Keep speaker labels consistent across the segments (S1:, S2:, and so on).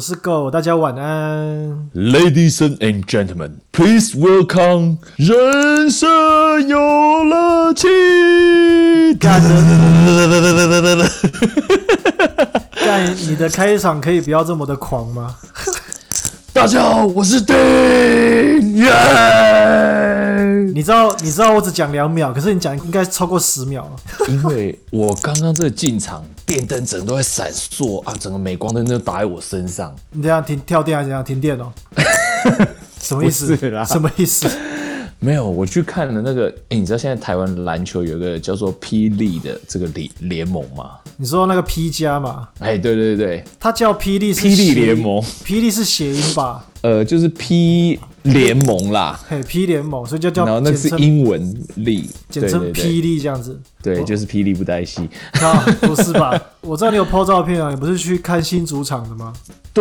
S1: 是 Go，大家晚安。
S2: Ladies and gentlemen, please welcome 人生有乐趣。
S1: 干干，你的开场可以不要这么的狂吗？
S2: 大家好，我是丁耶。
S1: 你知道，你知道我只讲两秒，可是你讲应该超过十秒了。
S2: 因为我刚刚这个进场，电灯整个都在闪烁啊，整个镁光灯都打在我身上。
S1: 你这样停跳电还是怎样停电 哦？什么意思？
S2: 不是啦
S1: 什么意思？
S2: 没有，我去看了那个，哎，你知道现在台湾篮球有一个叫做霹雳的这个联联盟吗？
S1: 你说那个 P 加嘛，
S2: 哎，对对对，
S1: 它叫霹雳是
S2: 霹雳
S1: 谐音
S2: 联盟
S1: 霹雳是谐音吧？
S2: 呃，就是 P 联盟啦，
S1: 嘿，P 联盟，所以就叫
S2: 然后那
S1: 简
S2: 是
S1: 称
S2: 英文力，对
S1: 简称哦
S2: 对对
S1: P 雳这样子。
S2: 对，就是霹雳布袋戏。
S1: 啊，不是吧？我知道你有 PO 照片啊，你不是去看新主场的吗？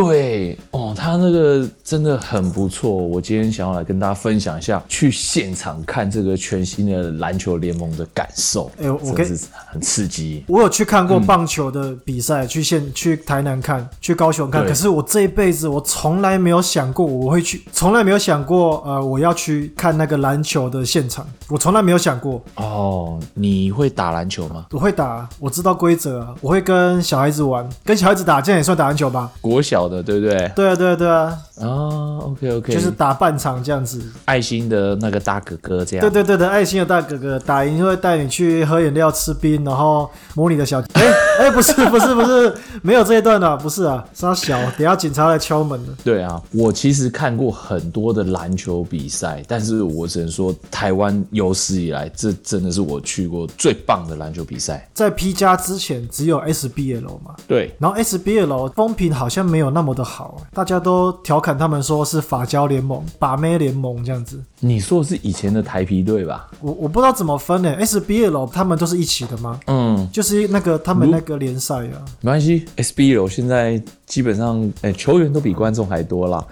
S2: 对哦，他那个真的很不错。我今天想要来跟大家分享一下，去现场看这个全新的篮球联盟的感受。
S1: 哎我
S2: 真
S1: 可以
S2: 是很刺激。
S1: 我有去看过棒球的比赛，去县去台南看，去高雄看。
S2: 对
S1: 可是我这一辈子我从来没有想过我会去，从来没有想过呃我要去看那个篮球的现场，我从来没有想过。
S2: 哦，你会打篮球吗？
S1: 我会打，我知道规则啊，我会跟小孩子玩，跟小孩子打，这样也算打篮球吧？
S2: 国小的，对不对？
S1: 对啊，对啊，对啊，
S2: 啊，OK OK，
S1: 就是打半场这样子。
S2: 爱心的那个大哥哥这样。
S1: 对对对的，爱心的大哥哥打赢就会带你去喝饮料、吃冰，然后摸你的小……哎哎，不是不是不是，没有这一段的、不是啊，是他小，等一下警察来敲门了。
S2: 对啊，我其实看过很多的篮球比赛，但是我只能说，台湾有史以来，这真的是我去过最棒的篮球比赛。
S1: 在 P 加之前只有 SBL 嘛，
S2: 对，
S1: 然后 SBL 风评好像没有那么的好，欸大家都调侃他们说是法交联盟、把妹联盟这样子。
S2: 你说的是以前的台皮队吧？
S1: 我我不知道怎么分呢、SBL 欸他们都是一起的吗？
S2: 嗯，
S1: 就是那个他们那个联赛啊，
S2: 没关系，SBL 现在基本上，诶、球员都比观众还多 啦，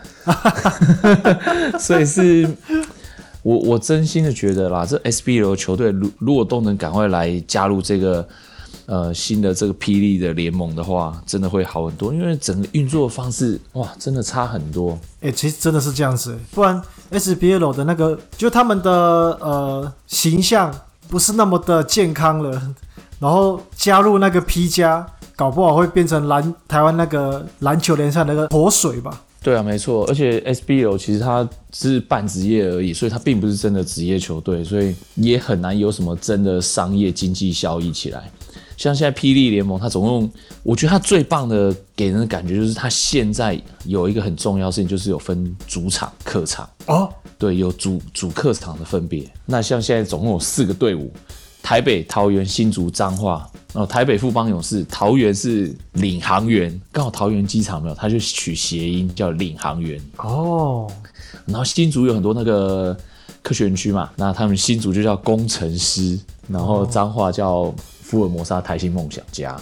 S2: 所以是。我我真心的觉得啦，这 SBL 球队如如果都能赶快来加入这个呃新的这个霹雳的联盟的话，真的会好很多，因为整个运作方式哇，真的差很多。
S1: 哎、其实真的是这样子、欸，不然 SBL 的那个就他们的呃形象不是那么的健康了，然后加入那个 P 加，搞不好会变成篮台湾那个篮球联赛那个活水吧。
S2: 对啊，没错，而且 SBL 其实它是半职业而已，所以它并不是真的职业球队，所以也很难有什么真的商业经济效益起来。像现在霹雳联盟，它总共我觉得它最棒的给人的感觉就是它现在有一个很重要的事情，就是有分主场、客场，
S1: 哦，
S2: 对，有主主客场的分别。那像现在总共有四个队伍，台北、桃园、新竹、彰化。然后台北富邦勇士，桃园是领航员，刚好桃园机场没有，他就取谐音叫领航员。
S1: 哦，
S2: 然后新竹有很多那个科学园区嘛，那他们新竹就叫工程师，然后彰化叫福尔摩沙台新梦想家。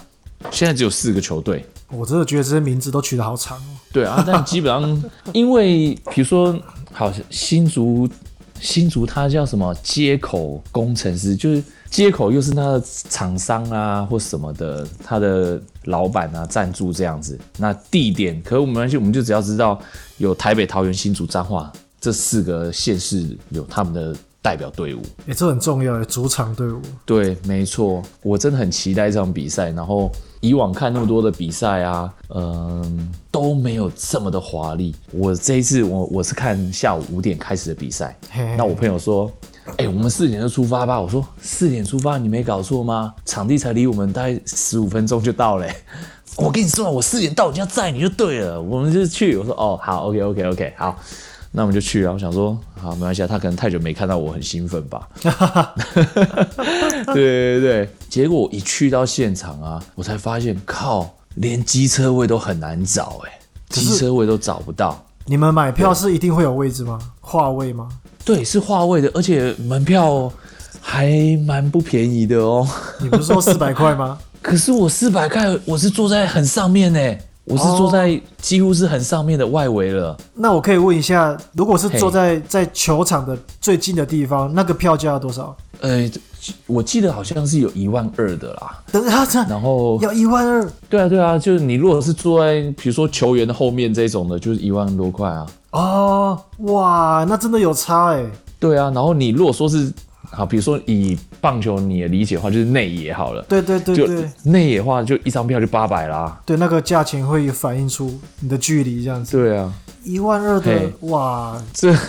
S2: 现在只有四个球队，
S1: 我真的觉得这些名字都取得好长哦。
S2: 对啊，但基本上因为比如说，好像新竹新竹它叫什么接口工程师，就是接口又是那厂商啊或什么的，他的老板啊赞助这样子。那地点，可我们没关系，我们就只要知道有台北、桃园、新竹、彰化这四个县市有他们的代表队伍。
S1: 哎、这很重要哎，主场队伍。
S2: 对，没错，我真的很期待这场比赛。然后以往看那么多的比赛啊，嗯，都没有这么的华丽。我这一次我我是看下午五点开始的比赛
S1: 嘿，
S2: 那我朋友说。哎、我们四点就出发吧。我说四点出发，你没搞错吗？场地才离我们大概十五分钟就到嘞、我跟你说，我四点到，你要载你就对了。我们就去。我说哦，好，OK OK OK，好，那我们就去了。我想说，好，没关系啊，他可能太久没看到我，很兴奋吧。 对对对，结果我一去到现场啊，我才发现，靠，连机车位都很难找、欸，哎，
S1: 是
S2: 机车位都找不到。
S1: 你们买票是一定会有位置吗？话位吗？
S2: 对，是划位的，而且门票还蛮不便宜的哦。
S1: 你不是说四百块吗？
S2: 可是我四百块，我是坐在很上面呢、哎我是坐在几乎是很上面的外围了。
S1: 那我可以问一下，如果是
S2: 嘿
S1: 坐在在球场的最近的地方，那个票价要多少？
S2: 呃，我记得好像是有一万二的啦。
S1: 等他这
S2: 然后，
S1: 要一万二
S2: 对啊，对啊，就是你如果是坐在比如说球员的后面这种的，就是一万多块啊。
S1: 哦，哇，那真的有差哎、
S2: 对啊，然后你如果说是好，比如说以棒球你的理解的话，就是内野好了，
S1: 对对对
S2: 就
S1: 对
S2: 内野的话就一张票就八百啦。
S1: 对，那个价钱会反映出你的距离这样子。
S2: 对啊，
S1: 一万二的
S2: 嘿
S1: 哇，
S2: 这
S1: 可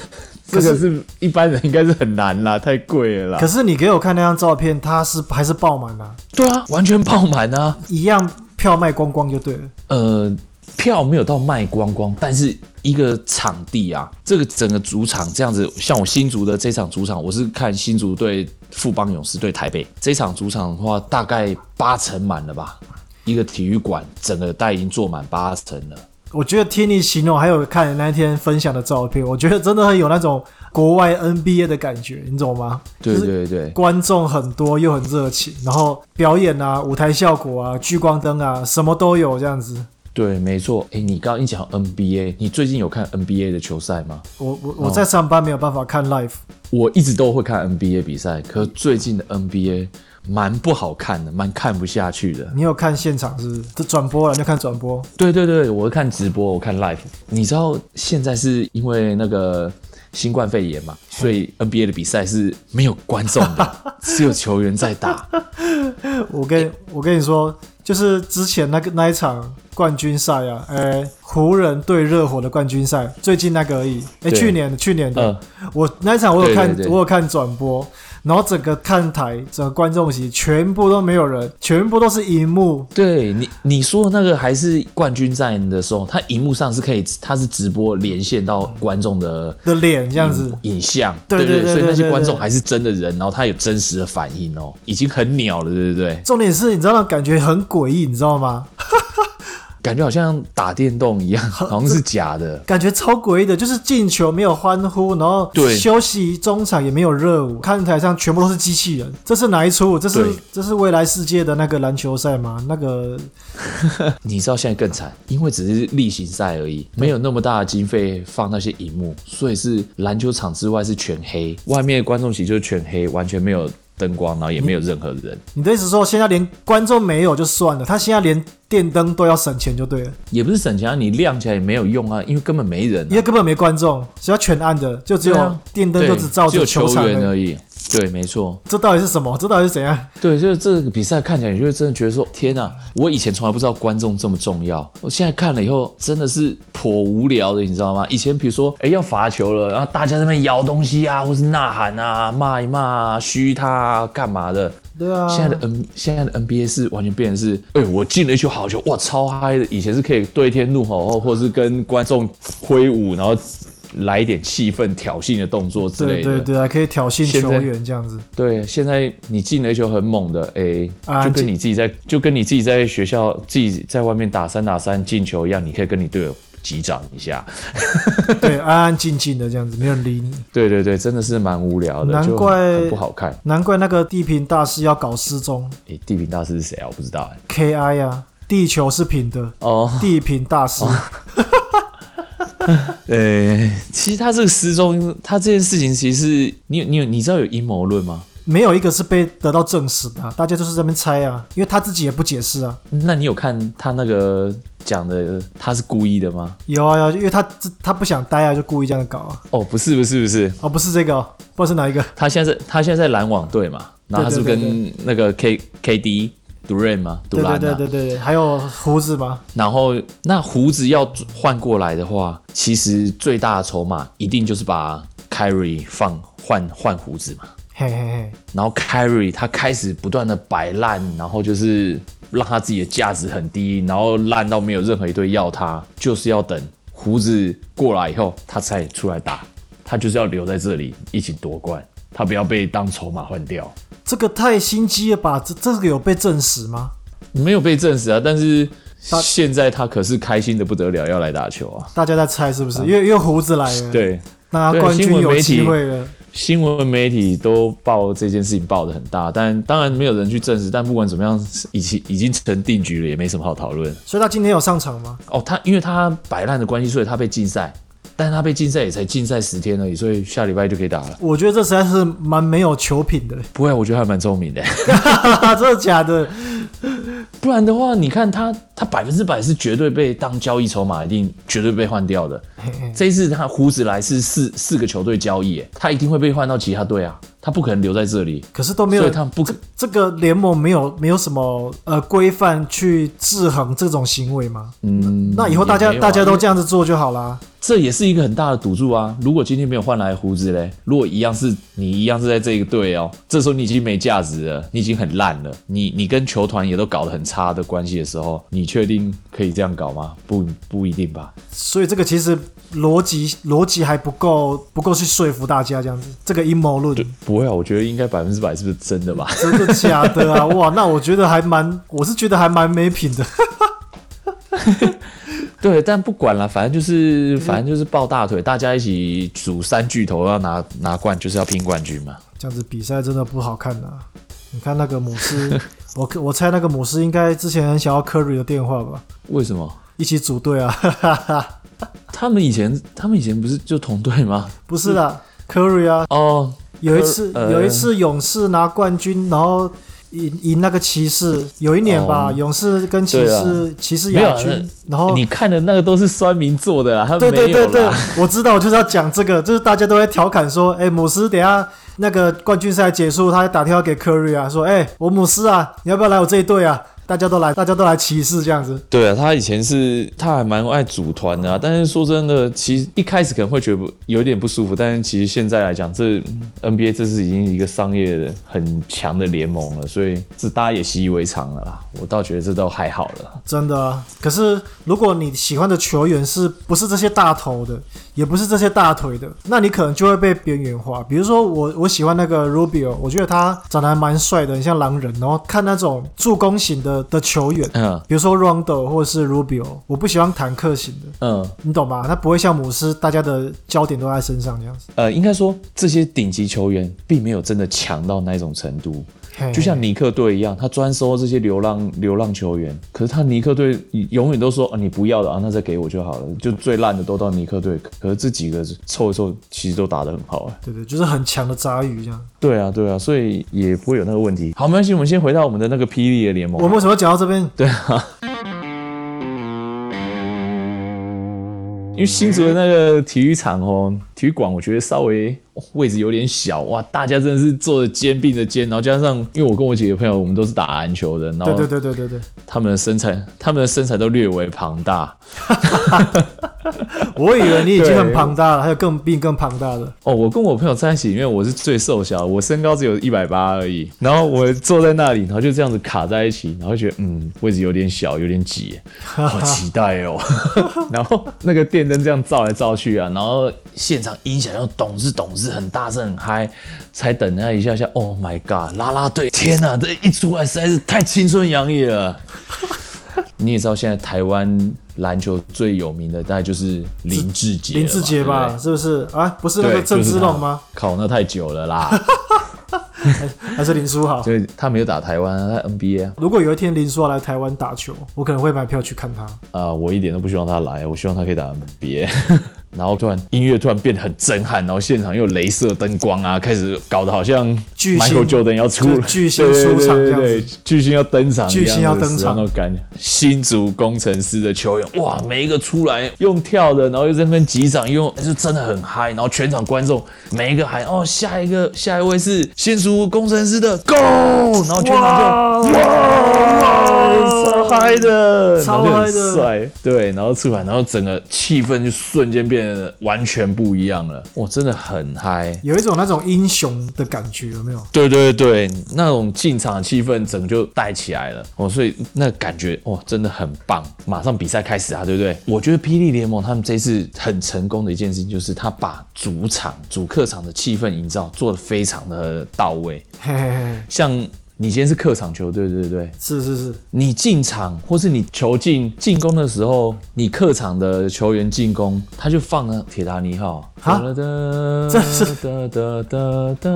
S2: 这
S1: 是
S2: 个是一般人应该是很难啦，太贵了
S1: 可
S2: 啦。
S1: 是你给我看那张照片，它是还是爆满啦、
S2: 对啊，完全爆满啊。
S1: 一样票卖光光就对了。
S2: 呃，票没有到卖光光，但是一个场地啊，这个整个主场这样子，像我新竹的这场主场，我是看新竹对富邦勇士对台北这场主场的话，大概八成满了吧。一个体育馆整个大概已经坐满八成了，
S1: 我觉得听你形哦容，还有看你那天分享的照片，我觉得真的很有那种国外 NBA 的感觉，你懂吗？
S2: 对
S1: 就是
S2: 对对，
S1: 观众很多又很热情，然后表演啊、舞台效果啊、聚光灯啊，什么都有这样子。
S2: 对，没错。哎，你刚刚一讲 NBA，你最近有看 NBA 的球赛吗？
S1: 我我我在上班没有办法看 live，
S2: 我一直都会看 NBA 比赛，可最近的 NBA 蛮不好看的，蛮看不下去的。
S1: 你有看现场是不是？这转播了你就看转播，
S2: 对对对，我看直播，我看 live。你知道现在是因为那个新冠肺炎嘛，所以 NBA 的比赛是没有观众 的，只有球员在打。
S1: 我跟我跟你说，就是之前那个那一场冠军赛啊，呃、湖人对热火的冠军赛，最近那个而已，哎、
S2: 对
S1: 去年的去年的，
S2: 嗯
S1: 我那一场我有看，
S2: 对对对
S1: 我有看转播，然后整个看台、整个观众席全部都没有人，全部都是荧幕，
S2: 对你你说的那个还是冠军战的时候，它荧幕上是可以，它是直播连线到观众的
S1: 的脸这样子，
S2: 影像，
S1: 对对
S2: 对
S1: 对
S2: 所以
S1: 对对
S2: 那些观众
S1: 对
S2: 还是真的人，然后他有真实的反应哦，已经很鸟了，对不对？
S1: 重点是你知道那种感觉很诡异，你知道吗？
S2: 感觉好像打电动一样，好像是假的。
S1: 感觉超诡异的，就是进球没有欢呼，然后
S2: 对
S1: 休息中场也没有热舞，看台上全部都是机器人，这是哪一出？这是
S2: 对
S1: 这是未来世界的那个篮球赛吗？那个
S2: 你知道现在更惨，因为只是例行赛而已，没有那么大的经费放那些荧幕，所以是篮球场之外是全黑，外面的观众席就是全黑，完全没有灯光，然后也没有任何人，
S1: 你的意思说现在连观众没有就算了，他现在连电灯都要省钱就对了，
S2: 也不是省钱啊，你亮起来也没有用啊，因为根本没人、
S1: 因
S2: 啊，
S1: 为根本没观众，只要全暗的，就只
S2: 对
S1: 有
S2: 啊
S1: 电灯
S2: 对
S1: 就只照
S2: 只
S1: 着
S2: 有
S1: 球
S2: 球
S1: 场
S2: 员
S1: 而已。
S2: 而已。对，没错，
S1: 这到底是什么？这到底是怎样？
S2: 对，就是这个比赛看起来，你就会真的觉得说，天啊，我以前从来不知道观众这么重要，我现在看了以后真的是颇无聊的，你知道吗？以前比如说，哎，要罚球了，然后大家在那边摇东西啊，或是呐喊啊，骂一骂啊，嘘他啊，干嘛的？
S1: 对啊，
S2: 现在的 N 现在的 NBA 是完全变成是，哎、我进了一球好球，哇，超嗨的！以前是可以对天怒吼，或是跟观众挥舞，然后来一点气氛挑衅的动作之类
S1: 对
S2: 的。
S1: 对对，啊还可以挑衅
S2: 现
S1: 球
S2: 在
S1: 员这样子。
S2: 对，现在你进了一球很猛的，哎、
S1: 啊
S2: 就跟
S1: 进
S2: 你自己在就跟你自己在学校自己在外面打三打三进球一样，你可以跟你队友击掌一下。
S1: 对，安安静静的这样子，没有人理你。
S2: 对对对，真的是蛮无聊的，
S1: 难
S2: 就
S1: 怪
S2: 很很不好看。
S1: 难怪那个地平大师要搞失踪
S2: 哎、地平大师是谁啊？我不知道哎、
S1: ，KI 啊，地球是平的，
S2: 哦，
S1: 地平大师。
S2: 呃、其实他这个失踪，他这件事情其实是你有你有你知道有阴谋论吗？
S1: 没有一个是被得到证实的啊、大家就是在那边猜啊，因为他自己也不解释啊。
S2: 那你有看他那个讲的他是故意的吗？
S1: 有啊有啊，因为他自他不想待啊，就故意这样搞啊。
S2: 哦，不是不是不是，
S1: 哦，不是这个、哦，不知道是哪一个。
S2: 他现在是他现在在篮网队嘛，然后他是
S1: 对对对
S2: 跟那个 K K D 杜瑞嘛，杜
S1: 对
S2: 兰
S1: 对
S2: 啊，
S1: 对对对对，还有胡子嘛，
S2: 然后那胡子要换过来的话，其实最大的筹码一定就是把 Kyrie 放换换胡子嘛，
S1: 嘿嘿嘿，
S2: 然后 Kyrie 他开始不断的摆烂，然后就是让他自己的价值很低，然后烂到没有任何一队要他，就是要等胡子过来以后，他才出来打，他就是要留在这里一起夺冠，他不要被当筹码换掉。
S1: 这个太心机了吧？这这个有被证实吗？
S2: 没有被证实啊，但是
S1: 他
S2: 现在他可是开心的不得了，要来打球啊。
S1: 大家在猜是不是？因为因为胡子来了，，
S2: 对，
S1: 那
S2: 对
S1: 冠
S2: 新
S1: 军
S2: 闻
S1: 有
S2: 媒
S1: 机
S2: 体
S1: 会了。
S2: 新闻媒体都报这件事情报的很大，但当然没有人去证实。但不管怎么样，已经已经成定局了，也没什么好讨论。
S1: 所以他今天有上场吗？
S2: 哦，他因为他摆烂的关系，所以他被禁赛。但是他被禁赛也才禁赛十天而已，所以下礼拜就可以打了。
S1: 我觉得这实在是蛮没有球品的，
S2: 不会，啊我觉得还蛮聪明的。
S1: 真的假的？
S2: 不然的话，你看他，他百分之百是绝对被当交易筹码，一定绝对被换 掉的。这一次他胡子来是四四个球队交易，哎他一定会被换到其他队啊，他不可能留在这里。
S1: 可是都没
S2: 所
S1: 有
S2: 以他不可，
S1: 这个联盟没有没有什么呃规范去制衡这种行为吗？
S2: 嗯，
S1: 那以后大家、
S2: 也没有啊
S1: 大家都这样子做就好啦。
S2: 这也是一个很大的赌注啊！如果今天没有换来胡子嘞，如果一样是你一样是在这个队哦，这时候你已经没价值了，你已经很烂了，你你跟球团也都搞得很差的关系的时候，你确定可以这样搞吗？不不一定吧。
S1: 所以这个其实逻辑逻辑还不够不够去说服大家这样子，这个阴谋论
S2: 不会啊，我觉得应该百分之百是不是真的吧？
S1: 真的假的啊？ 哇，那我觉得还蛮，我是觉得还蛮没品的。
S2: 对，但不管了，反正就是反正就是抱大腿，大家一起组三巨头要拿拿冠，就是要拼冠军嘛。
S1: 这样子比赛真的不好看呐、啊你看那个姆斯， 我我猜那个姆斯应该之前很想要 Curry 的电话吧，
S2: 为什么？
S1: 一起组队啊？
S2: 他们以前他们以前不是就同队吗？
S1: 不是啦，Curry 啊，
S2: 哦，
S1: 有一次、
S2: 呃
S1: 有一次勇士拿冠军，然后赢赢那个骑士，有一年吧，
S2: 哦
S1: 勇士跟骑
S2: 对啊
S1: 士骑士亚
S2: 没有呃
S1: 军
S2: 那，
S1: 然后
S2: 你看的那个都是酸民做的啊啦，他
S1: 对
S2: 们没有
S1: 对
S2: 啦。
S1: 对对，我知道，我就是要讲这个，就是大家都在调侃说，哎、姆斯，等一下那个冠军赛结束，他还打电话给 Curry 啊，说，哎、我姆斯啊，你要不要来我这一队啊？大家都来，大家都来骑士这样子。
S2: 对啊，他以前是他还蛮爱组团的啊，但是说真的，其实一开始可能会觉得不有一点不舒服，但是其实现在来讲，这 NBA 这是已经一个商业的很强的联盟了，所以这大家也习以为常了啦。我倒觉得这都还好了。
S1: 真的啊，可是如果你喜欢的球员是不是这些大头的，也不是这些大腿的，那你可能就会被边缘化。比如说我，我喜欢那个 Rubio，我觉得他长得还蛮帅的，很像狼人。然后看那种助攻型的的球员，
S2: 嗯
S1: 比如说 Rondo 或者是 Rubio，我不喜欢坦克型的，
S2: 嗯
S1: 你懂吗？他不会像姆斯，大家的焦点都在他身上这样子。
S2: 呃，应该说这些顶级球员并没有真的强到那一种程度，
S1: 嘿
S2: 就像尼克队一样，他专收这些流浪流浪球员，可是他尼克队永远都说啊，你不要的啊，那再给我就好了，就最烂的都到尼克队。可是这几个凑一凑，其实都打得很好啊。
S1: 对对，就是很强的杂鱼这样。
S2: 对啊，对啊，所以也不会有那个问题。好，没关系，我们先回到我们的那个霹雳的联
S1: 我
S2: 盟。
S1: 们为什么要讲到这边？
S2: 对啊，因为新竹的那个体育场哦，体育馆我觉得稍微哦位置有点小哇，大家真的是坐着肩并着肩，然后加上因为我跟我几个朋友，我们都是打篮球的，然后
S1: 对对对对对对，
S2: 他们的身材，他们的身材都略为庞大
S1: 我以为你已经很
S2: 对
S1: 庞大了，还有更比你更庞大的。
S2: 哦。我跟我朋友在一起，因为我是最瘦小，我身高只有一百八而已。然后我坐在那里，然后就这样子卡在一起，然后觉得嗯，位置有点小，有点挤，好期待哦。 然后那个电灯这样照来照去啊，然后现场音响又咚是咚是很大声很嗨，才等那一下下，Oh my god，啦啦队，天哪，这一出来实在是太青春洋溢了。 你也知道，现在台湾篮球最有名的大概就是林志杰了嘛，
S1: 林志杰
S2: 对
S1: 吧，
S2: 不
S1: 是不是啊？不是
S2: 对？
S1: 那个
S2: 对
S1: 郑
S2: 就是
S1: 之
S2: 他
S1: 龙吗？？
S2: 靠，那太久了啦，
S1: 还是林书豪？
S2: 所以他没有打台湾啊，他 NBA 啊、
S1: 如果有一天林书豪来台湾打球，我可能会买票去看他。
S2: 啊我一点都不希望他来，我希望他可以打 NBA。然 后突然音乐突然变得很震撼，然后现场又有镭射灯光啊，开始搞得好像
S1: 巨星
S2: Michael Jordan 要出
S1: 就巨星
S2: 对对
S1: 出场
S2: 对
S1: 这样
S2: 对对巨星要登场一样的时候，
S1: 巨星要登场
S2: 那种感觉。新竹工程师的球员，哇，每一个出来用跳的，然后又在那边击掌，用就真的很嗨，然后全场观众每一个喊哦，下一个下一位是新竹工程师的 Go，然后全场就。
S1: 哦
S2: 哇，超嗨的，
S1: 超
S2: 然后
S1: 嗨
S2: 就
S1: 的
S2: 很帅，对，然后出来，然后整个气氛就瞬间变得完全不一样了，哇，真的很嗨。
S1: 有一种那种英雄的感觉，有没有？
S2: 对对对，那种进场的气氛整个就带起来了哦，所以那感觉哇，真的很棒。马上比赛开始啊，对不对？我觉得霹雳联盟他们这次很成功的一件事情，就是他把主场、主客场的气氛营造做得非常的到位。
S1: 嘿嘿嘿，
S2: 像你今天是客场球队，对不对？
S1: 是是是，
S2: 你进场或是你球进进攻的时候，你客场的球员进攻，他就放了铁达尼号，
S1: 啊
S2: 哒哒
S1: 这是
S2: 哒哒哒哒。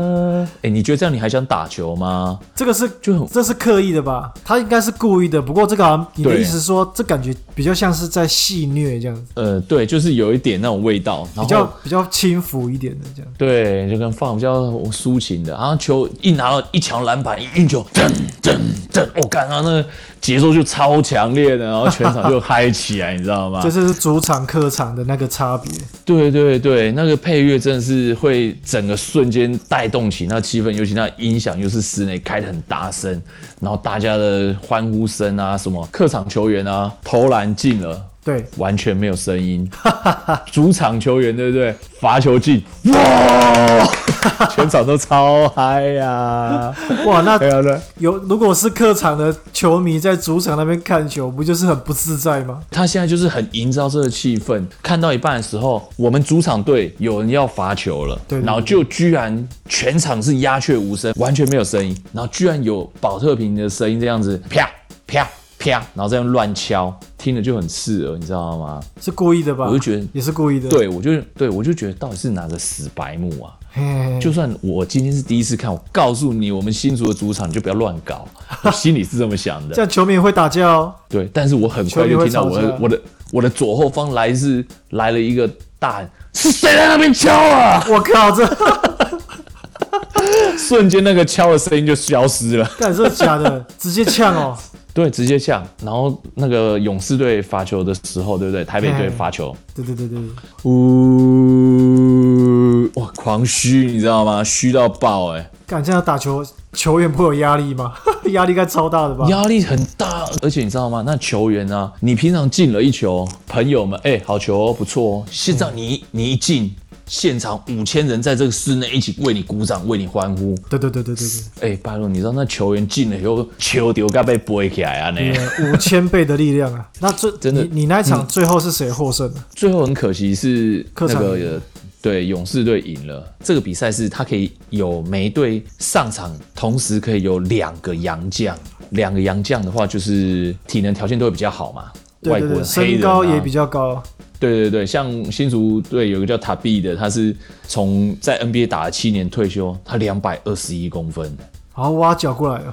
S2: 哎，你觉得这样你还想打球吗？
S1: 这个是
S2: 就很
S1: 这是刻意的吧？他应该是故意的，不过这个好像你的
S2: 对
S1: 意思是说，这感觉比较像是在戏虐这样子，
S2: 呃，对，就是有一点那种味道，然
S1: 比较
S2: 后
S1: 比较轻浮一点的这样。
S2: 对，就跟放比较抒情的，然后球一拿到一抢篮板，一运球，噔噔噔，哦我感到那个节奏就超强烈的，然后全场就嗨起来，你知道吗？
S1: 这就是主场客场的那个差别。
S2: 对对对，那个配乐真的是会整个瞬间带动起那气氛，尤其那音响又是室内开的很大声，然后大家的欢呼声啊，什么客场球员啊投篮进了。
S1: 对，
S2: 完全没有声音，主场球员对不对？罚球进，哇！ 全场都超嗨呀、
S1: 哇，那
S2: 对啊对，
S1: 有如果是客场的球迷在主场那边看球，不就是很不自在吗？
S2: 他现在就是很营造这个气氛。看到一半的时候，我们主场队有人要罚球了，
S1: 对对对
S2: 然后就居然全场是鸦雀无声，完全没有声音，然后居然有保特瓶的声音这样子，啪啪啪，然后这样乱敲，听着就很刺耳，你知道吗？
S1: 是故意的吧？
S2: 我就觉得
S1: 也是故意的。
S2: 对，我就对我就觉得到底是哪个死白目啊！
S1: 嘿，
S2: 就算我今天是第一次看，我告诉你，我们新竹的主场你就不要乱搞，我心里是这么想
S1: 这
S2: 的。
S1: 样球迷会打架哦。
S2: 对，但是我很快就听到我
S1: 球迷会吵啊
S2: 的
S1: 架
S2: 我的我的左后方来自来了一个大喊：“是谁在那边敲啊
S1: 我靠，这？”
S2: 瞬间那个敲的声音就消失了。
S1: 干这是假的，直接呛哦。
S2: 对，直接呛。然后那个勇士队罚球的时候，对不对？台北队
S1: 嗯
S2: 罚球，
S1: 对对对对，对
S2: 呜哇，狂虚，你知道吗？虚到爆哎、
S1: 干这样打球，球员不会有压力吗？ 压力应该超大的吧？
S2: 压力很大，而且你知道吗？那球员啊，你平常进了一球，朋友们，哎、好球哦，不错哦。现在
S1: 嗯
S2: 你、你一进，现场五千人在这个室内一起为你鼓掌，为你欢呼。
S1: 对对对对对对
S2: 哎、拜托，你知道那球员进了以后，球丢该被背起来啊呢。
S1: 对，五千倍的力量 啊！那最
S2: 真的嗯
S1: 你你那一场最后是谁获胜的？
S2: 最后很可惜是
S1: 客
S2: 那
S1: 场
S2: 个
S1: 赢了
S2: 对勇士队赢了。这个比赛是他可以有每一队上场，同时可以有两个洋将。两个洋将的话，就是体能条件都会比较好嘛。
S1: 对对
S2: 外国
S1: 对，
S2: 人黑
S1: 身
S2: 人
S1: 高
S2: 啊
S1: 也比较高，
S2: 对对对，像新竹队有一个叫塔比的，他是从在 NBA 打了七年退休，他两百二十一公分。
S1: 然后挖角过来哦。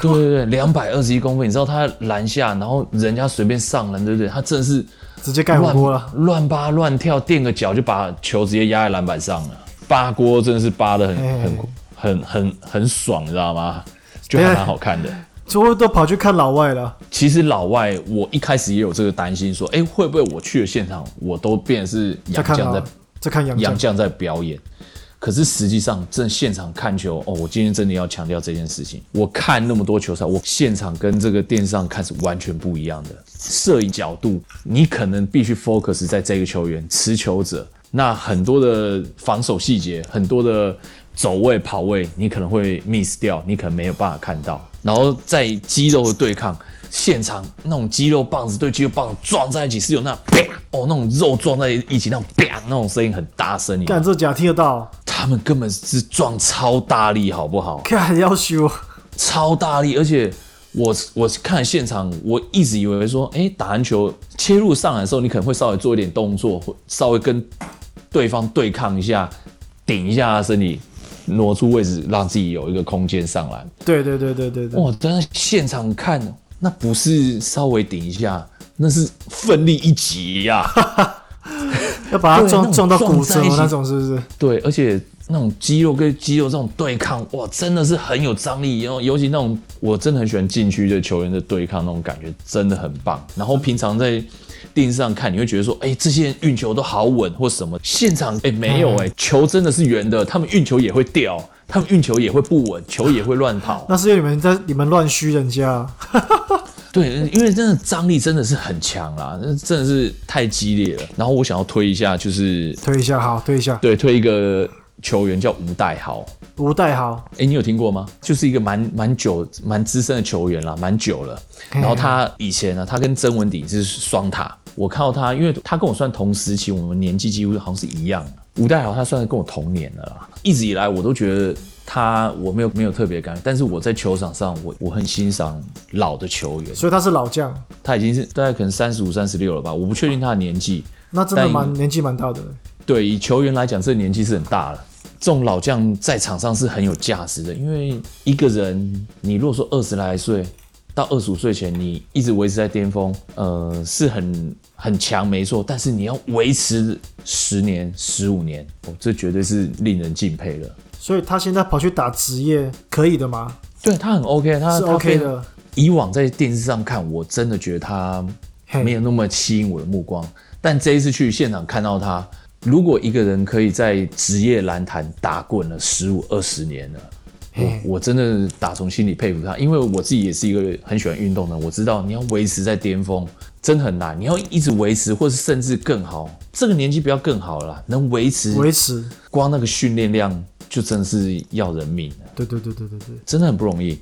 S2: 对 对对，两百二十一公分，你知道他篮下，然后人家随便上篮，对不对？他真的是
S1: 直接盖火锅了。
S2: 乱扒乱跳，垫个脚就把球直接压在篮板上了，扒锅真的是扒的很
S1: 哎
S2: 很很很很爽，你知道吗？就还蛮好看的。
S1: 最后都跑去看老外了，
S2: 其实老外，我一开始也有这个担心，说，哎，会不会我去了现场，我都变成是
S1: 在
S2: 洋
S1: 看
S2: 将
S1: 老
S2: 在
S1: 在看杨
S2: 洋
S1: 将，
S2: 将在表演。可是实际上，正现场看球哦，我今天真的要强调这件事情。我看那么多球赛，我现场跟这个电视上看是完全不一样的。摄影角度，你可能必须 focus 在这个球员持球者，那很多的防守细节，很多的走位、跑位，你可能会 miss 掉，你可能没有办法看到。然后在肌肉的对抗，现场那种肌肉棒子对肌肉棒子撞在一起是有那种啪哦，那种肉撞在一起那种啪那种声音很大声，你知道
S1: 干
S2: 吗
S1: 这假听得到，
S2: 他们根本是撞超大力，好不好？
S1: 干要修，
S2: 超大力，而且我我看现场，我一直以为说，哎、打篮球切入上来的时候，你可能会稍微做一点动作，会稍微跟对方对抗一下，顶一下他身体，挪出位置，让自己有一个空间上来。
S1: 对对对对对对，
S2: 哇！但是现场看，那不是稍微顶一下，那是奋力一击呀、
S1: 要把它
S2: 对那
S1: 撞
S2: 种
S1: 撞到骨折
S2: 撞在一起
S1: 那种是不是？
S2: 对，而且那种肌肉跟肌肉这种对抗，哇，真的是很有张力。尤尤其那种，我真的很喜欢禁区的球员的对抗，那种感觉真的很棒。然后平常在电视上看，你会觉得说，哎、这些人运球都好稳或什么，现场哎、没有哎、球真的是圆的，他们运球也会掉，他们运球也会不稳，球也会乱跑。
S1: 那是因为你们在你们乱虚人家啊，
S2: 对，因为真的张力真的是很强啦，那真的是太激烈了。然后我想要推一下，就是
S1: 推一下好，推一下，
S2: 对推一个球员叫吴代豪。
S1: 吴代豪，
S2: 哎，你有听过吗？就是一个蛮蛮久、蛮资深的球员啦，蛮久了。然后他以前呢、他跟曾文鼎是双塔。我看到他，因为他跟我算同时期，我们年纪几乎好像是一样的。吴代豪他算是跟我同年的啦。一直以来我都觉得他我没有没有特别感觉，但是我在球场上我我很欣赏老的球员，
S1: 所以他是老将，
S2: 他已经是大概可能三十五、三十六了吧，我不确定他的年纪。
S1: 那真的
S2: 但
S1: 蛮年纪蛮大的，
S2: 对，以球员来讲，这个年纪是很大了。这种老将在场上是很有价值的，因为一个人，你如果说二十来岁到二十五岁前，你一直维持在巅峰，呃，是很很强，没错。但是你要维持十年、十五年，哦，这绝对是令人敬佩的。
S1: 所以他现在跑去打职业，可以的吗？
S2: 对他很 OK，他
S1: 是
S2: 啊他
S1: OK
S2: 被
S1: 的。
S2: 以往在电视上看，我真的觉得他
S1: 嘿
S2: 没有那么吸引我的目光。但这一次去现场看到他，如果一个人可以在职业篮坛打滚了十五二十年了，
S1: 嘿
S2: 我我真的打从心里佩服他，因为我自己也是一个很喜欢运动的人，我知道你要维持在巅峰真的很难，你要一直维持，或是甚至更好。这个年纪不要更好了啦，能维持
S1: 维持，
S2: 光那个训练量就真的是要人命了。
S1: 对对对对对对，
S2: 真的很不容易。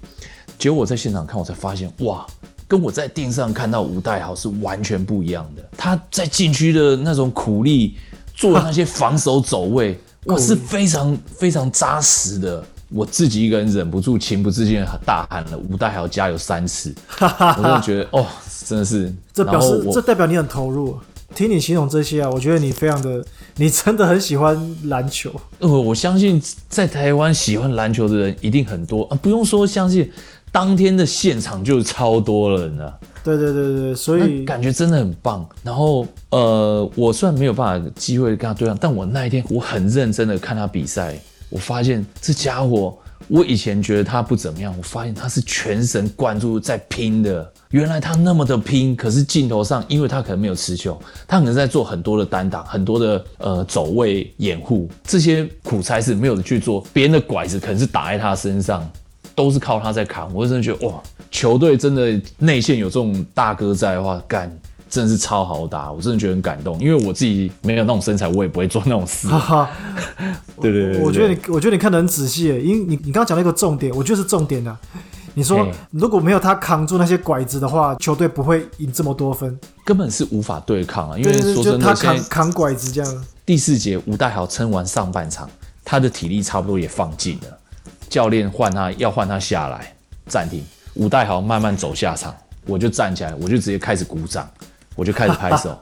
S2: 结果我在现场看，我才发现，哇，跟我在电视上看到吴代豪是完全不一样的。他在禁区的那种苦力，做的那些防守走 位，哇，是非常非常扎实的。我自己一个人忍不住情不自禁地大喊了吴代豪加油 三次，我真的觉得哦，真的是。
S1: 这表
S2: 然后
S1: 示
S2: 我
S1: 这代表你很投入。听你形容这些啊，我觉得你非常的，你真的很喜欢篮球。
S2: 呃，我相信在台湾喜欢篮球的人一定很多啊，不用说相信，当天的现场就超多人了。
S1: 对对对对对，所
S2: 那
S1: 以
S2: 感觉真的很棒。然后呃，我虽然没有办法机会跟他对上，但我那一天我很认真的看他比赛，我发现这家伙，我以前觉得他不怎么样，我发现他是全神贯注在拼的。原来他那么的拼，可是镜头上，因为他可能没有持球，他可能在做很多的单打，很多的呃走位掩护，这些苦差事没有去做，别人的拐子可能是打在他身上，都是靠他在扛。我真的觉得哇，球队真的内线有这种大哥在的话，干真的是超好打。我真的觉得很感动，因为我自己没有那种身材，我也不会做那 种事。
S1: 哈哈，
S2: 对对对对
S1: 我觉得你，我觉得你看得很仔细耶，因为你你刚刚讲了一个重点，我觉得是重点啊。你说
S2: 嘿
S1: 如果没有他扛住那些拐子的话，球队不会赢这么多分。
S2: 根本是无法对抗啊。因
S1: 对
S2: 为
S1: 对对，
S2: 说
S1: 就是
S2: 真
S1: 他
S2: 的，现
S1: 扛
S2: 在
S1: 扛拐子这样。
S2: 第四节吴代豪撑完上半场，他的体力差不多也放尽了，教练换他要换他下来暂停，吴代豪慢慢走下场，我就站起来，我就直接开始鼓掌，我就开始拍手。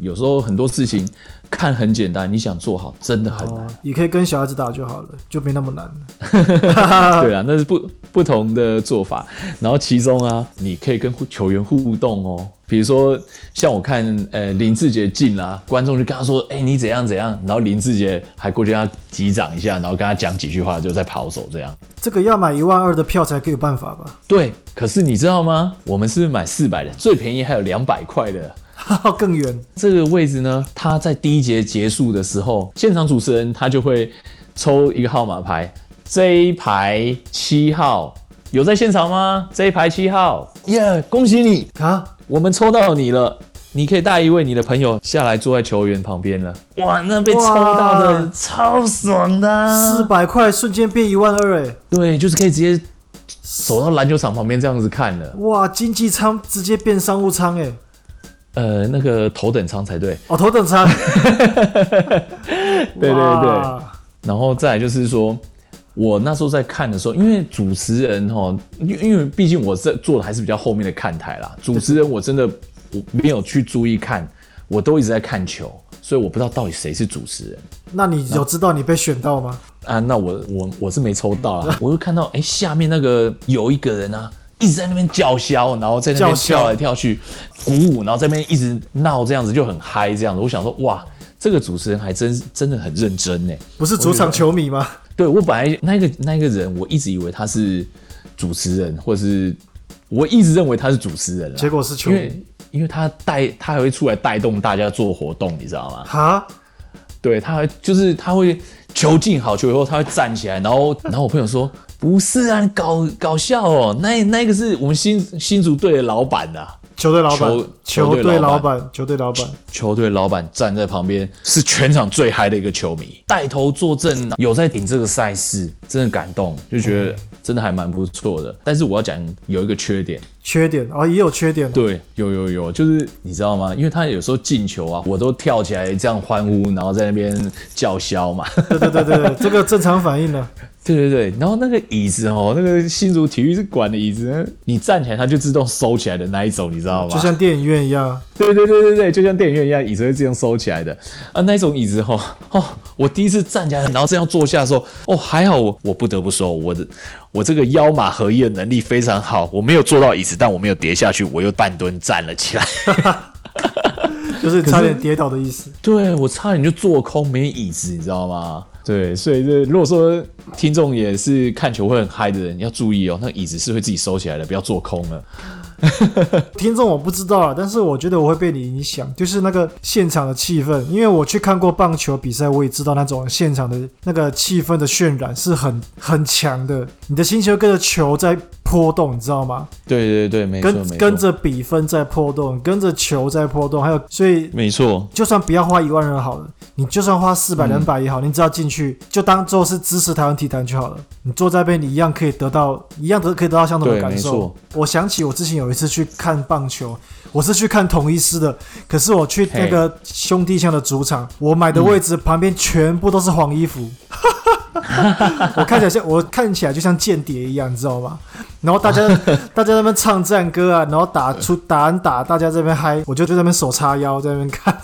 S2: 有时候很多事情看很简单，你想做好真的很难。
S1: 哦，也可以跟小孩子打就好了，就没那么难了。
S2: 对啊，那是不不同的做法。然后其中啊，你可以跟互球员互动哦，比如说像我看呃林志杰进啦、观众就跟他说：“哎、你怎样怎样。”然后林志杰还过去跟他击掌一下，然后跟他讲几句话，就在跑手这样。
S1: 这个要买一万二的票才可以有办法吧？
S2: 对，可是你知道吗？我们是买四百的，最便宜还有两百块的。
S1: 哈哈，更远。
S2: 这个位置呢，他在第一节结束的时候，现场主持人他就会抽一个号码牌，这一排七号有在现场吗？这一排七号，耶、恭喜你，
S1: 啊，
S2: 我们抽到你了。你可以带一位你的朋友下来坐在球员旁边了。哇，那被抽到的
S1: 哇
S2: 超爽的啊、
S1: 四百块瞬间变一万二，哎，
S2: 对，就是可以直接走到篮球场旁边这样子看了。
S1: 哇，经济舱直接变商务舱，哎，
S2: 呃，那个头等舱才对。
S1: 哦，头等舱，对
S2: 对对然后再来就是说，我那时候在看的时候，因为主持人哈，因因为毕竟我这坐的还是比较后面的看台啦，主持人我真的我没有去注意看，我都一直在看球，所以我不知道到底谁是主持人
S1: 那你有知道你被选到吗？
S2: 啊。那我我我是没抽 到啦，我就看到哎、诶下面那个有一个人啊。一直在那边叫嚣，然后在那边
S1: 叫嚣
S2: 跳来跳去，鼓舞，然后在那边一直闹，这样子就很嗨，这样子。我想说，哇，这个主持人还真真的很认真呢。
S1: 不是主场球迷吗？
S2: 对我本来那个那个人，我一直以为他是主持人，或是我一直认为他是主持人啦
S1: 结果是球
S2: 因
S1: 迷。
S2: 为因为他带他还会出来带动大家做活动，你知道吗？
S1: 哈，
S2: 对他还就是他会球进好球以后，他会站起来，然后然后我朋友说不是啊，你搞搞笑哦，那那个是我们新新竹队的老板啊呐、
S1: 球队老板，
S2: 球
S1: 球
S2: 球队
S1: 队
S2: 老
S1: 老
S2: 板
S1: 板，球队老板，
S2: 球队老板站在旁边，是全场最嗨的一个球迷，带头坐镇，有在顶这个赛事，真的感动，就觉得真的还蛮不错的。但是我要讲有一个缺点，
S1: 缺点哦，也有缺点哦。
S2: 对，有有有，就是你知道吗？因为他有时候进球啊，我都跳起来这样欢呼，然后在那边叫嚣嘛。
S1: 对对对对，对这个正常反应呢。啊
S2: 对对对，然后那个椅子哦，那个新竹体育馆的椅子，你站起来它就自动收起来的那一种，你知道吗？
S1: 就像电影院一样，
S2: 对对对对对，就像电影院一样，椅子会自动收起来的啊，那种椅子哈哦，我第一次站起来，然后这样坐下的时候，哦，还好我我不得不说，我的我这个腰马合一的能力非常好，我没有坐到椅子，但我没有跌下去，我又半蹲站了起来。
S1: 就是差点跌倒的意思。
S2: 对我差点就坐空没椅子，你知道吗？对，所以这如果说听众也是看球会很嗨的人，要注意哦，那椅子是会自己收起来的，不要坐空了。
S1: 听众我不知道啊，但是我觉得我会被你影响，就是那个现场的气氛，因为我去看过棒球比赛，我也知道那种现场的那个气氛的渲染是很很强的，你的心情会跟着球在波动，你知道吗？
S2: 对对对，没错没
S1: 跟
S2: 错，
S1: 跟着比分在波动，跟着球在波动，还有所以
S2: 没错，
S1: 就算不要花一万人好了，你就算花四百
S2: 嗯
S1: 两百也好，你只要进去就当做是支持台湾体坛就好了。你坐在那边，你一样可以得到，一样得可以得到相同的
S2: 对
S1: 感
S2: 没
S1: 受
S2: 错。
S1: 我想起我之前有一次去看棒球，我是去看统一师的，可是我去那个兄弟象的主场，我买的位置旁边全部都是黄衣服。 我看起来像我看起来就像间谍一样，你知道吗？然后大 家大家在那边唱战歌啊，然后打出打安打，大家这边嗨，我就在那边手叉腰在那边看。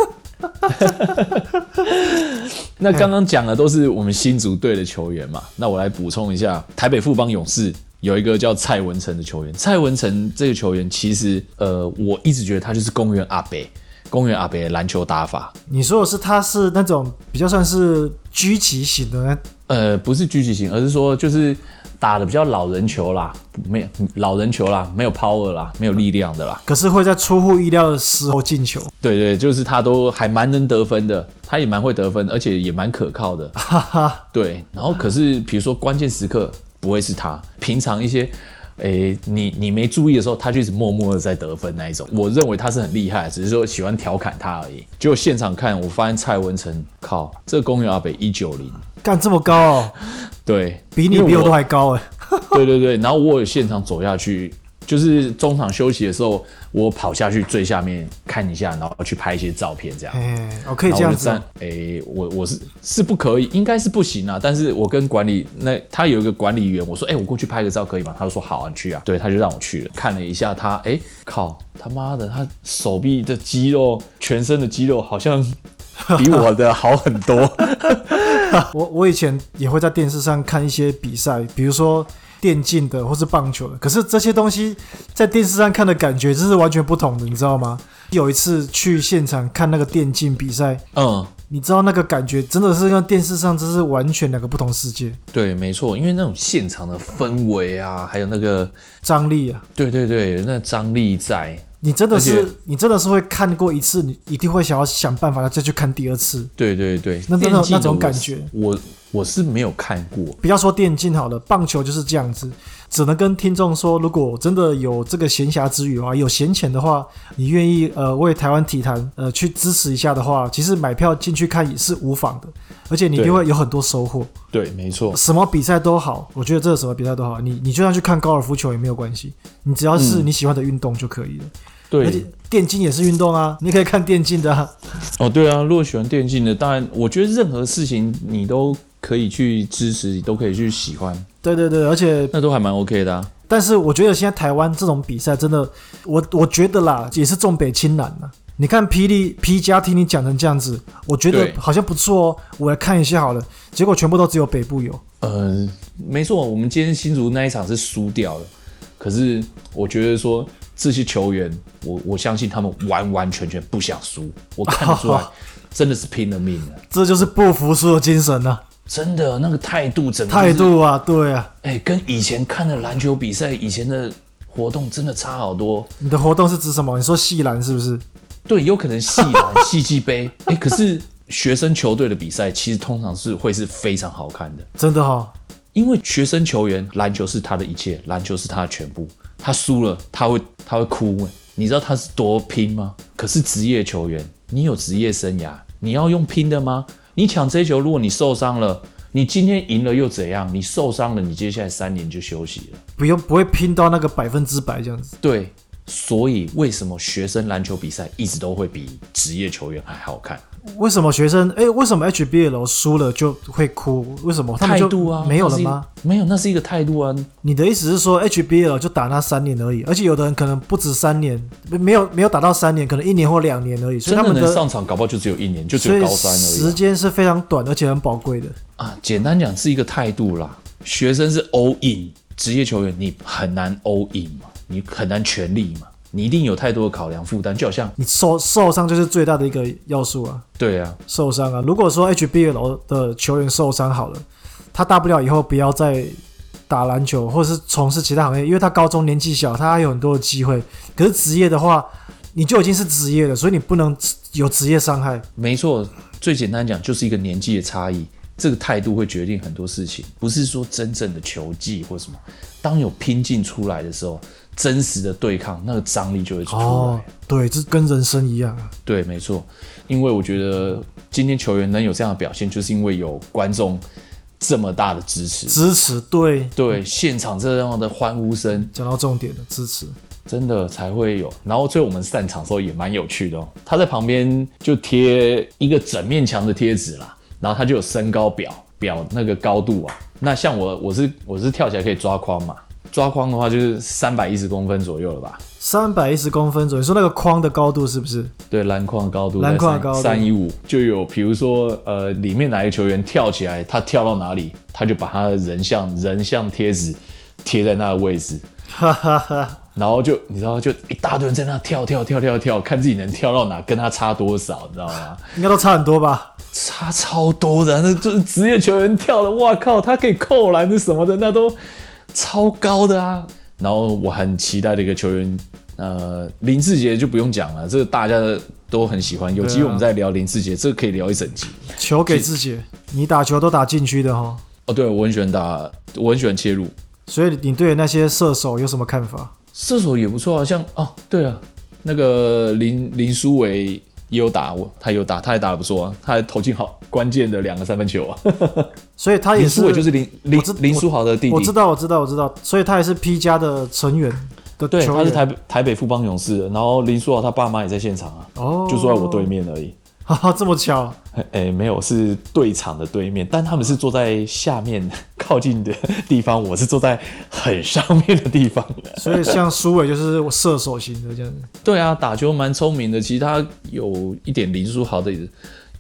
S2: 那刚刚讲的都是我们新竹队的球员嘛，那我来补充一下，台北富邦勇士有一个叫蔡文成的球员，蔡文成这个球员其实呃，我一直觉得他就是公园阿北，公园阿北的篮球打法，
S1: 你说的是他是那种比较算是狙击型的那，
S2: 呃，不是狙击型，而是说就是打的比较老人球啦，没有老人球啦，没有 power 啦，没有力量的啦。
S1: 可是会在出乎意料的时候进球。
S2: 对对，就是他都还蛮能得分的，他也蛮会得分，而且也蛮可靠的。
S1: 哈哈，
S2: 对，然后可是比如说关键时刻不会是他，平常一些。诶，你你没注意的时候，他就一直默默的在得分那一种。我认为他是很厉害，只是说喜欢调侃他而已。结果现场看，我发现蔡文成，靠，这个公园阿北一九零，
S1: 干这么高哦，
S2: 对，
S1: 比你
S2: 因为
S1: 比我都还高哎。
S2: 对对对，然后我有现场走下去，就是中场休息的时候，我跑下去最下面看一下，然后去拍一些照片这样。
S1: 哎，我可以
S2: 然
S1: 这
S2: 后
S1: 样
S2: 我就
S1: 子
S2: 站，诶、我我是是不可以，应该是不行啊。但是我跟管理那他有一个管理员，我说，诶、我过去拍个照可以吗？他就说好啊，你去啊。对，他就让我去了，看了一下他，诶、靠，他妈的，他手臂的肌肉，全身的肌肉好像比我的好很 多。
S1: 我我以前也会在电视上看一些比赛，比如说电竞的或是棒球的，可是这些东西在电视上看的感觉就是完全不同的，你知道吗？有一次去现场看那个电竞比赛，
S2: 嗯，
S1: 你知道那个感觉真的是跟电视上真是完全两个不同世界，
S2: 对，没错，因为那种现场的氛围啊，还有那个
S1: 张力啊。
S2: 对对对，那张力在。
S1: 你真的
S2: 而且
S1: 是，你真的是会看过一次，你一定会想要想办法再去看第二次。
S2: 对对对，
S1: 那那
S2: 电竞
S1: 那种
S2: 的我
S1: 感
S2: 是
S1: 觉
S2: 我我是没有看过。
S1: 不要说电竞好了，棒球就是这样子。只能跟听众说，如果真的有这个闲暇之余啊，有闲钱的话，你愿意呃为台湾体坛呃去支持一下的话，其实买票进去看也是无妨的，而且你一定
S2: 对
S1: 会有很多收获。
S2: 对，没错，
S1: 什么比赛都好，我觉得这个什么比赛都好，你你就算去看高尔夫球也没有关系，你只要是你喜欢的运动就可以了。而且
S2: 嗯对
S1: 电竞也是运动啊，你可以看电竞的、啊。
S2: 哦，对啊。如果喜欢电竞的，当然，我觉得任何事情你都可以去支持，你都可以去喜欢，
S1: 对对对，而且
S2: 那都还蛮 OK 的、啊。
S1: 但是我觉得现在台湾这种比赛真的，我我觉得啦，也是重北轻南呐、你看霹雳 P 加听你讲成这样子，我觉得
S2: 对
S1: 好像不错哦，我来看一下好了。结果全部都只有北部有，
S2: 呃，没错，我们今天新竹那一场是输掉了，可是我觉得说这些球员，我我相信他们完完全全不想输，我看得出 来，真的是拼了命了，
S1: 这就是不服输的精神呐、
S2: 真的那个态度，整个就是
S1: 态度啊，对啊，
S2: 哎、跟以前看的篮球比赛，以前的活动真的差好多。
S1: 你的活动是指什么？你说细篮是不是？
S2: 对，有可能系篮、系际杯，哎、可是学生球队的比赛其实通常是会是非常好看的，
S1: 真的哈、哦，
S2: 因为学生球员篮球是他的一切，篮球是他的全部。他输了，他会他会哭，欸你知道他是多拼吗？可是职业球员，你有职业生涯，你要用拼的吗？你抢这一球，如果你受伤了，你今天赢了又怎样？你受伤了，你接下来三年就休息了。
S1: 不用不会拼到那个百分之百这样子。
S2: 对，所以为什么学生篮球比赛一直都会比职业球员还好看？
S1: 为什么学生哎、为什么 HBL 输了就会哭？为什么他们
S2: 态
S1: 就
S2: 度啊，
S1: 没有
S2: 那
S1: 了
S2: 是一
S1: 吗？？
S2: 没有，那是一个态度啊。
S1: 你的意思是说 HBL 就打那三年而已，而且有的人可能不止三年，没有没有打到三年，可能一年或两年而已，所以
S2: 真
S1: 他
S2: 的
S1: 们
S2: 能
S1: 的
S2: 上场，搞不好就只有一年，就只
S1: 所
S2: 有
S1: 以
S2: 高三而
S1: 时
S2: 已
S1: 间是非常短而且很宝贵的。
S2: 啊。啊简单讲是一个态度啦。学生是 all in，职业球员你很难 all in 嘛，你很难全力嘛，你一定有太多的考量负担。就好像
S1: 你受受伤就是最大的一个要素啊，
S2: 对啊，
S1: 受伤啊。如果说 HBL 的球员受伤好了，他大不了以后不要再打篮球，或者是从事其他行业，因为他高中年纪小，他还有很多的机会。可是职业的话，你就已经是职业了，所以你不能有职业伤害。
S2: 没错，最简单讲就是一个年纪的差异，这个态度会决定很多事情，不是说真正的球技或什么。当有拼劲出来的时候，真实的对抗，那个张力就会出来。
S1: 哦，对，这跟人生一样啊。
S2: 对，没错，因为我觉得今天球员能有这样的表现，就是因为有观众这么大的支持，
S1: 支持，对，
S2: 对现场这样的欢呼声，
S1: 讲到重点了，支持。
S2: 真的才会有。然后最后我们散场的时候也蛮有趣的哦，他在旁边就贴一个整面墙的贴纸啦，然后他就有身高表表那个高度啊。那像我我是我是跳起来可以抓框嘛，抓框的话就是三百一十公分左右了吧。
S1: 三百一十公分左右，你说那个框的高度是不是？
S2: 对篮框的高度，
S1: 篮筐的高度
S2: 三一五就有，比如说呃，里面哪一个球员跳起来，他跳到哪里，他就把他的人像人像贴纸贴在那个位置，
S1: 哈哈哈，
S2: 然后就你知道，就一大堆人在那跳跳跳跳跳，看自己能跳到哪，跟他差多少，你知道吗？
S1: 应该都差很多吧？
S2: 差超多的，那就是职业球员跳的，哇靠，他可以扣篮的什么的，那都超高的啊。然后我很期待的一个球员，呃，林志杰就不用讲了，这个大家都很喜欢。有机会我们再聊林志杰，这个可以聊一整集。
S1: 球给自己，你打球都打禁区的哈，
S2: 哦，对，我很喜欢打，我很喜欢切入，
S1: 所以你对那些射手有什么看法？
S2: 射手也不错啊，像哦，对啊，那个林林书伟也有打我，他有打，他也打的不错啊，他还投进好关键的两个三分球啊。
S1: 所以他也
S2: 林书
S1: 是，
S2: 伟就是林林
S1: 我知
S2: 林书豪的弟弟，
S1: 我知道，我知道，我知道，所以他也是 P 加的成员的球
S2: 对，
S1: 员，
S2: 他是台北台北富邦勇士的，然后林书豪他爸妈也在现场啊，
S1: 哦，
S2: 就坐在我对，面而已。
S1: 哈哈，这么巧，
S2: 哎、哎没有，是对场的对面，但他们是坐在下面 靠近的地方，我是坐在很上面的地方。
S1: 所以像苏伟就是我射手型的这样 子，
S2: 对啊，打球蛮聪明的，其实他有一点林书豪的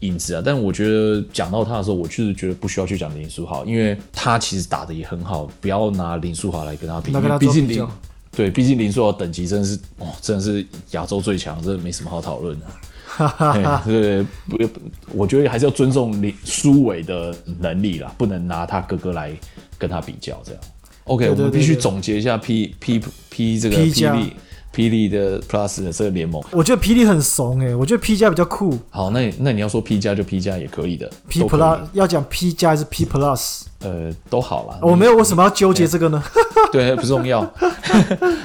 S2: 影子啊，但我觉得讲到他的时候，我就是觉得不需要去讲林书豪，因为他其实打的也很好，不要拿林书豪来跟他比，
S1: 那跟
S2: 因
S1: 他
S2: 为毕
S1: 做
S2: 竟
S1: 比
S2: 林
S1: 较。
S2: 对，毕竟林书豪等级真的是，哦，真的是亚洲最强，这没什么好讨论的、
S1: 哈哈，
S2: 哎对，不，不我觉得还是要尊重林苏伟的能力啦，不能拿他哥哥来跟他比较这样。OK，
S1: 对对
S2: 我们必
S1: 对
S2: 须
S1: 对
S2: 总结一下 P P P 这个
S1: P
S2: 霹
S1: 加
S2: 雳霹雳的 Plus 的这个联盟。
S1: 我觉得霹雳很怂诶、我觉得 P 加比较酷
S2: 好，那你那你要说 P 加就 P 加也可以的
S1: ，P
S2: 都可以
S1: plus 要讲 P 加还是 P plus？
S2: 呃都好啦。
S1: 我没有，为什么要纠结这个呢？
S2: 对，不重要。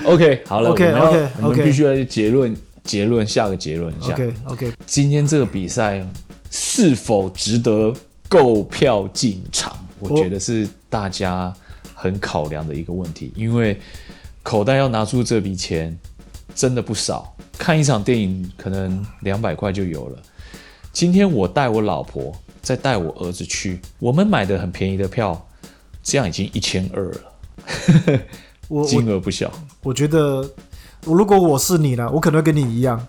S2: OK，好了
S1: OK，
S2: 我们要
S1: OK，
S2: 我们
S1: OK
S2: 必须要结论结论下个结论一下。
S1: OK OK，
S2: 今天这个比赛是否值得购票进场，我觉得是大家很考量的一个问题，因为口袋要拿出这笔钱真的不少，看一场电影可能两百块就有了。今天我带我老婆，再带我儿子去，我们买的很便宜的票，这样已经一千二了，
S1: 我我
S2: 金额不小。
S1: 我觉得，我如果我是你啦，我可能会跟你一样。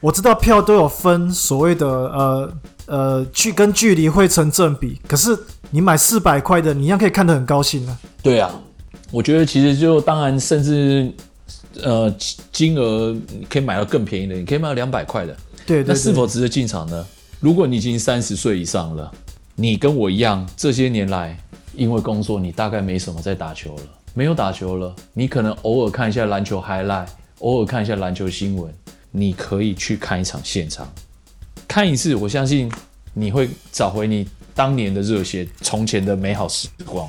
S1: 我知道票都有分所谓的呃呃距跟距离会成正比，可是你买四百块的，你一样可以看得很高兴啊。
S2: 对啊，我觉得其实就当然，甚至呃金金额你可以买到更便宜的，你可以买到两百块的。
S1: 对对
S2: 那是
S1: 对，
S2: 否值得进场呢？如果你已经三十岁以上了，你跟我一样，这些年来因为工作，你大概没什么在打球了，没有打球了，你可能偶尔看一下篮球 highlight，偶尔看一下篮球新闻，你可以去看一场现场，看一次，我相信你会找回你当年的热血，从前的美好时光。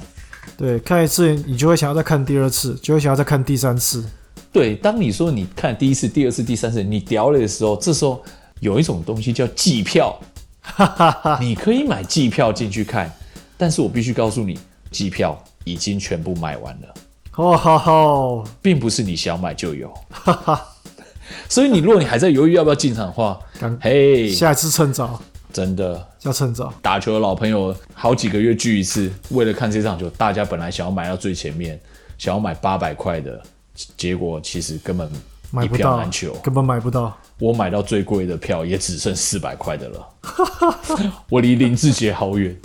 S1: 对，看一次你就会想要再看第二次，就会想要再看第三次。
S2: 对，当你说你看第一次、第二次、第三次，你屌了的时候，这时候有一种东西叫季票，你可以买季票进去看，但是我必须告诉你，季票已经全部买完了，
S1: 哦吼吼，
S2: 并不是你想买就有。所以你如果你还在犹豫要不要进场的话
S1: 刚，
S2: 嘿，
S1: 下一次趁早。
S2: 真的。
S1: 要趁早。
S2: 打球的老朋友好几个月聚一次，为了看这场球，大家本来想要买到最前面，想要买八百块的，结果其实根本
S1: 买
S2: 一
S1: 不
S2: 票
S1: 到
S2: 难求，。
S1: 根本买不到。
S2: 我买到最贵的票也只剩四百块的了， 我离林志杰好远。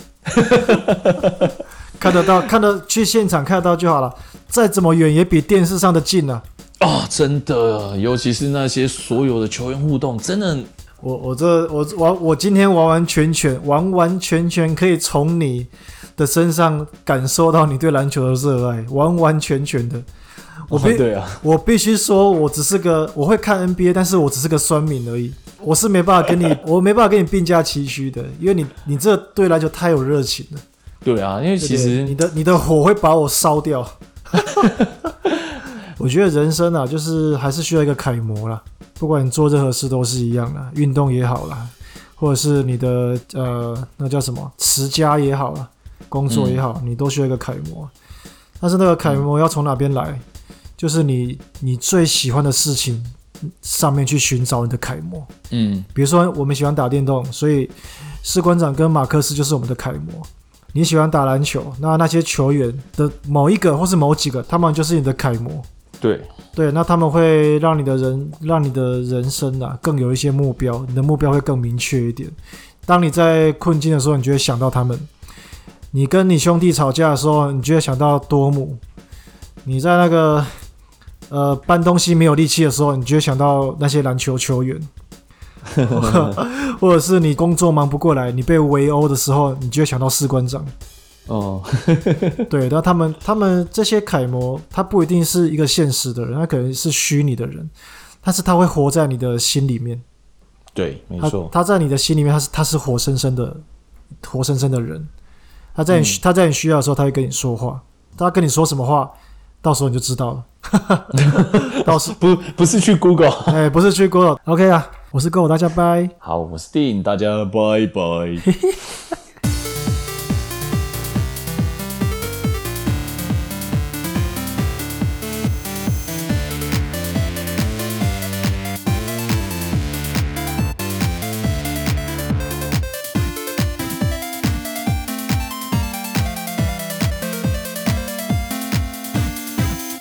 S1: 看得到，看得去现场看得到就好了。再怎么远也比电视上的近啊。
S2: 啊、真的，尤其是那些所有的球员互动，真的
S1: 我我这我我我今天完完全全完完全全可以从你的身上感受到你对篮球的热爱，完完全全的。我必、
S2: 哦对啊，
S1: 我必须说，我只是个我会看 NBA，但是我只是个酸民而已。我是没办法跟 你，我没办法跟你并驾齐驱的，因为你你这对篮球太有热情了。
S2: 对啊，因为其
S1: 对
S2: 实
S1: 你的你的火会把我烧 掉。我觉得人生啊，就是还是需要一个楷模啦。不管你做任何事都是一样啦，运动也好啦，或者是你的呃那叫什么持家也好啦，工作也
S2: 嗯
S1: 好，你都需要一个楷模。但是那个楷模要从哪边来？就是你你最喜欢的事情上面去寻找你的楷模。
S2: 嗯，
S1: 比如说我们喜欢打电动，所以士官长跟马克思就是我们的楷模。你喜欢打篮球，那那些球员的某一个或是某几个，他们就是你的楷模。
S2: 对，
S1: 对，那他们会让你的人，让你的人生啊更有一些目标，你的目标会更明确一点。当你在困境的时候，你就会想到他们；你跟你兄弟吵架的时候，你就会想到多姆；你在那个呃搬东西没有力气的时候，你就会想到那些篮球球员；或者是你工作忙不过来，你被围殴的时候，你就会想到士官长。
S2: 哦，
S1: 对，那他们他们这些楷模，他不一定是一个现实的人，他可能是虚拟的人，但是他会活在你的心里面。
S2: 对，没
S1: 他
S2: 错，
S1: 他在你的心里面，他是他是活生生的，活生生的人。他在你、
S2: 嗯
S1: 他在你需要的时候，他会跟你说话。他跟你说什么话，到时候你就知道了。到时
S2: 不不是去 Google。
S1: 哎、不是去过 OK 啊，我是跟我大家拜。
S2: 好，我是 Dean，大家拜拜。